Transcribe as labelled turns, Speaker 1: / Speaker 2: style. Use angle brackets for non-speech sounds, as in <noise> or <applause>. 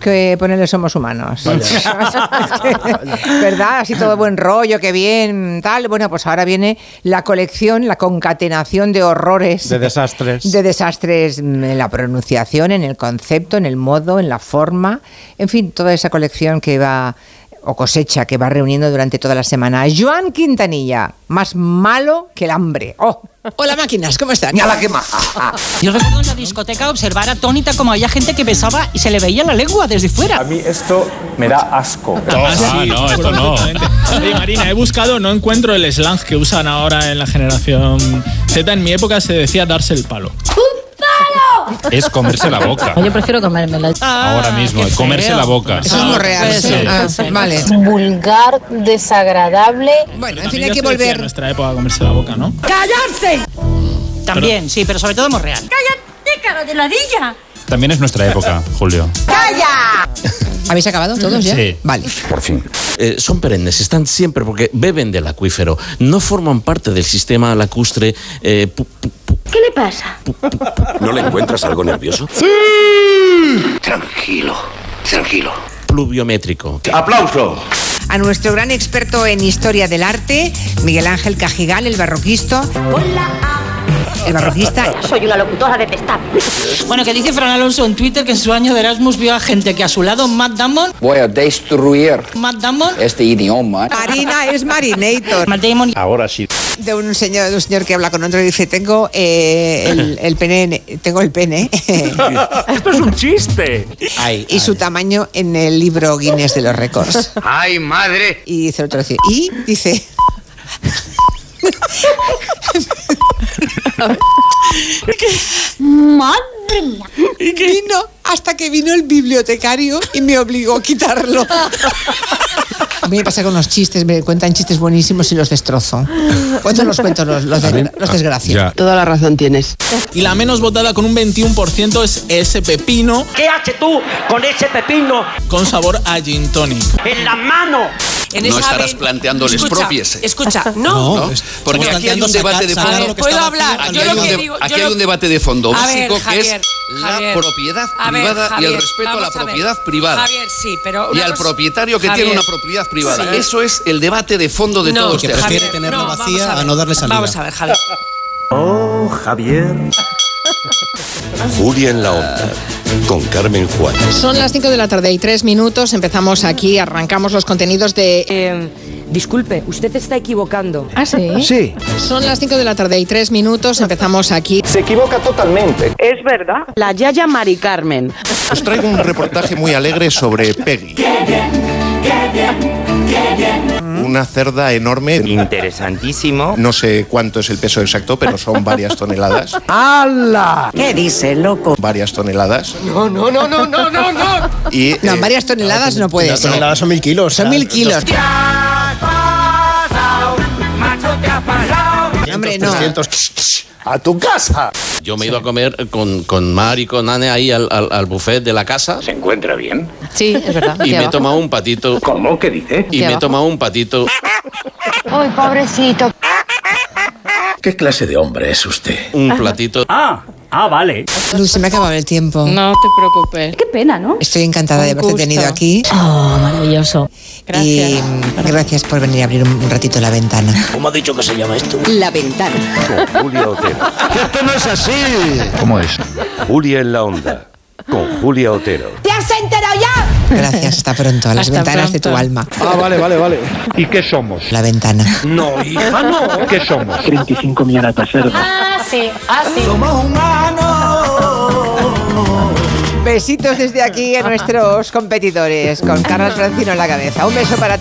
Speaker 1: que ponerle somos humanos. <laughs> ¿Verdad? Así todo buen rollo, que bien, tal. Bueno, pues ahora viene la colección, la concatenación de horrores.
Speaker 2: De desastres.
Speaker 1: De desastres en la pronunciación, en el concepto, en el modo, en la forma. En fin, toda esa colección que va o cosecha que va reuniendo durante toda la semana. Joan Quintanilla, más malo que el hambre. ¡Oh!
Speaker 3: Hola máquinas, ¿cómo están?
Speaker 4: la quema!
Speaker 5: Yo recuerdo en la discoteca observar atónita como había gente que besaba y se le veía la lengua desde
Speaker 6: A
Speaker 5: fuera.
Speaker 6: mí esto me da asco.
Speaker 7: Ah, sí, no, esto no. Oye, Marina, he buscado, no encuentro el slang que usan ahora en la generación Z. En mi época se decía darse el palo.
Speaker 8: Es comerse la boca.
Speaker 9: Yo prefiero comérmela.
Speaker 8: Ahora mismo,
Speaker 5: Ah,
Speaker 8: eh,
Speaker 5: qué
Speaker 8: comerse
Speaker 5: feo.
Speaker 8: la boca.
Speaker 1: Eso es muy real.
Speaker 5: puede
Speaker 1: sí.
Speaker 5: ser,
Speaker 1: Ah,
Speaker 5: puede ser.
Speaker 1: vale.
Speaker 9: Vulgar, desagradable.
Speaker 1: Bueno, en
Speaker 7: También
Speaker 1: fin,
Speaker 7: ya
Speaker 1: hay que
Speaker 7: se decía En
Speaker 1: volver.
Speaker 7: nuestra época comerse la boca, ¿no?
Speaker 5: También, sí, pero sobre todo Monreal.
Speaker 8: También es nuestra época, Julio.
Speaker 1: ¿Habéis acabado todos ya?
Speaker 8: Sí.
Speaker 1: Vale.
Speaker 4: Por fin.
Speaker 10: Eh, son perennes, están siempre porque beben del acuífero, no forman parte del sistema lacustre. eh, pu- pu- pu-
Speaker 9: ¿Qué le pasa?
Speaker 4: ¿No le encuentras algo nervioso? ¡Sí! Tranquilo, tranquilo.
Speaker 10: pluviométrico.
Speaker 4: ¡Aplauso!
Speaker 1: A nuestro gran experto en historia del arte, Miguel Ángel Cajigal, el barroquista. El barroquista.
Speaker 9: Soy una locutora detestable.
Speaker 5: Bueno, que dice Fran Alonso en Twitter que en su año de Erasmus vio a gente que a su lado Matt Damon,
Speaker 6: Voy a destruir
Speaker 5: Matt Damon,
Speaker 6: este idioma.
Speaker 1: Marina es Marinator.
Speaker 5: Matt Damon
Speaker 4: Ah,
Speaker 5: y
Speaker 8: Ahora sí.
Speaker 1: de un señor, de un señor que habla con otro y dice tengo eh, el, el pene tengo el pene
Speaker 6: Esto es un chiste.
Speaker 10: Ay,
Speaker 1: y su tamaño en el libro Guinness de los récords
Speaker 4: ¡Ay, madre!
Speaker 1: y dice el otro dice, y dice Madre mía. Vino hasta que vino el bibliotecario y me obligó a quitarlo. A mí me pasa con los chistes, me cuentan chistes buenísimos y los destrozo. Cuento los cuento, los, los, de- los desgracio.
Speaker 8: Ya.
Speaker 3: Toda la razón tienes.
Speaker 7: Y la menos votada con un 21% es ese pepino
Speaker 3: ¿Qué haces tú con ese pepino
Speaker 7: con sabor a gin tonic.
Speaker 3: en la mano?
Speaker 5: en
Speaker 4: No
Speaker 5: esa
Speaker 4: estarás
Speaker 5: aven-
Speaker 4: planteando el
Speaker 5: Escucha,
Speaker 4: expropiese.
Speaker 5: Escucha, no.
Speaker 4: ¿No? Porque aquí hay un debate de
Speaker 5: sacar
Speaker 4: fondo.
Speaker 5: lo que Puedo hablar,
Speaker 4: Aquí
Speaker 5: yo
Speaker 4: hay
Speaker 5: lo
Speaker 4: un
Speaker 5: que
Speaker 4: de-
Speaker 5: digo-
Speaker 4: aquí
Speaker 5: yo
Speaker 4: hay
Speaker 5: lo-
Speaker 4: un debate de fondo
Speaker 5: A ver,
Speaker 4: básico que es
Speaker 5: Javier,
Speaker 4: la
Speaker 5: Javier,
Speaker 4: propiedad
Speaker 5: a ver,
Speaker 4: privada y
Speaker 5: Javier,
Speaker 4: el respeto a la
Speaker 5: vamos ver.
Speaker 4: propiedad privada.
Speaker 5: Javier, sí, pero.
Speaker 4: y
Speaker 5: una
Speaker 4: al
Speaker 5: cosa-
Speaker 4: propietario que tiene
Speaker 5: Javier,
Speaker 4: una propiedad privada.
Speaker 5: sí.
Speaker 4: Eso es el debate de fondo de
Speaker 5: no,
Speaker 4: todo este
Speaker 5: Javier,
Speaker 4: asunto.
Speaker 5: no, vamos a, ver. Vamos a ver, Javier.
Speaker 6: Javier.
Speaker 4: Furia en la onda con Carmen Juan.
Speaker 3: Son las 5 de la tarde y 3 minutos. Empezamos aquí, arrancamos los contenidos de. eh,
Speaker 9: disculpe, usted está equivocando.
Speaker 3: ¿Ah, sí?
Speaker 6: Sí.
Speaker 3: Son las 5 de la tarde y 3 minutos. Empezamos aquí.
Speaker 6: Se equivoca totalmente.
Speaker 3: La Yaya Mari Carmen.
Speaker 8: Os traigo un reportaje muy alegre sobre Peggy. Una cerda enorme.
Speaker 6: Interesantísimo.
Speaker 8: No sé cuánto es el peso exacto, pero son varias
Speaker 2: <laughs>
Speaker 8: toneladas.
Speaker 6: ¡Hala!
Speaker 9: ¿Qué dice, loco?
Speaker 8: Varias toneladas.
Speaker 6: No, no, no, no, no, no, no.
Speaker 8: Y,
Speaker 1: No,
Speaker 8: eh,
Speaker 1: varias toneladas no puede ser.
Speaker 2: son mil kilos.
Speaker 1: Son mil kilos. Hombre, no.
Speaker 6: A tu casa.
Speaker 10: Yo me he ido a comer con, con Mar y con Anne ahí al, al, al buffet de la casa
Speaker 4: ¿Se encuentra bien?
Speaker 9: Sí, es verdad.
Speaker 10: y me he tomado un patito.
Speaker 4: ¿Cómo? ¿Qué dice?
Speaker 10: Y me he tomado un patito.
Speaker 9: Ay, pobrecito.
Speaker 4: ¿Qué clase de hombre es usted?
Speaker 10: Un platito.
Speaker 6: Ah, ah, vale.
Speaker 1: Luz, se me ha acabado el tiempo.
Speaker 9: No te preocupes. Qué pena, ¿no?
Speaker 1: Estoy encantada de
Speaker 9: Un
Speaker 1: haberte tenido
Speaker 9: gusto.
Speaker 1: aquí.
Speaker 9: Oh, maravilloso.
Speaker 1: Y mm, gracias por venir a abrir un un ratito la ventana.
Speaker 4: ¿Cómo ha dicho que se llama esto?
Speaker 3: <laughs> La ventana.
Speaker 4: Con Julia Otero.
Speaker 8: ¡Esto no es así!
Speaker 4: ¿Cómo es? Julia en la onda con Julia Otero.
Speaker 9: ¿Te has enterado ya?
Speaker 1: Gracias, hasta pronto. A las
Speaker 9: Hasta
Speaker 1: ventanas de tu
Speaker 9: pronto.
Speaker 1: alma.
Speaker 2: Ah, vale, vale, vale.
Speaker 8: ¿Y qué somos?
Speaker 1: La ventana.
Speaker 8: No, hija, no. ¿Qué somos?
Speaker 9: Ah, sí, ah, sí.
Speaker 1: Besitos desde aquí a nuestros competidores, con Carlos Francino en la cabeza. Un beso para todos.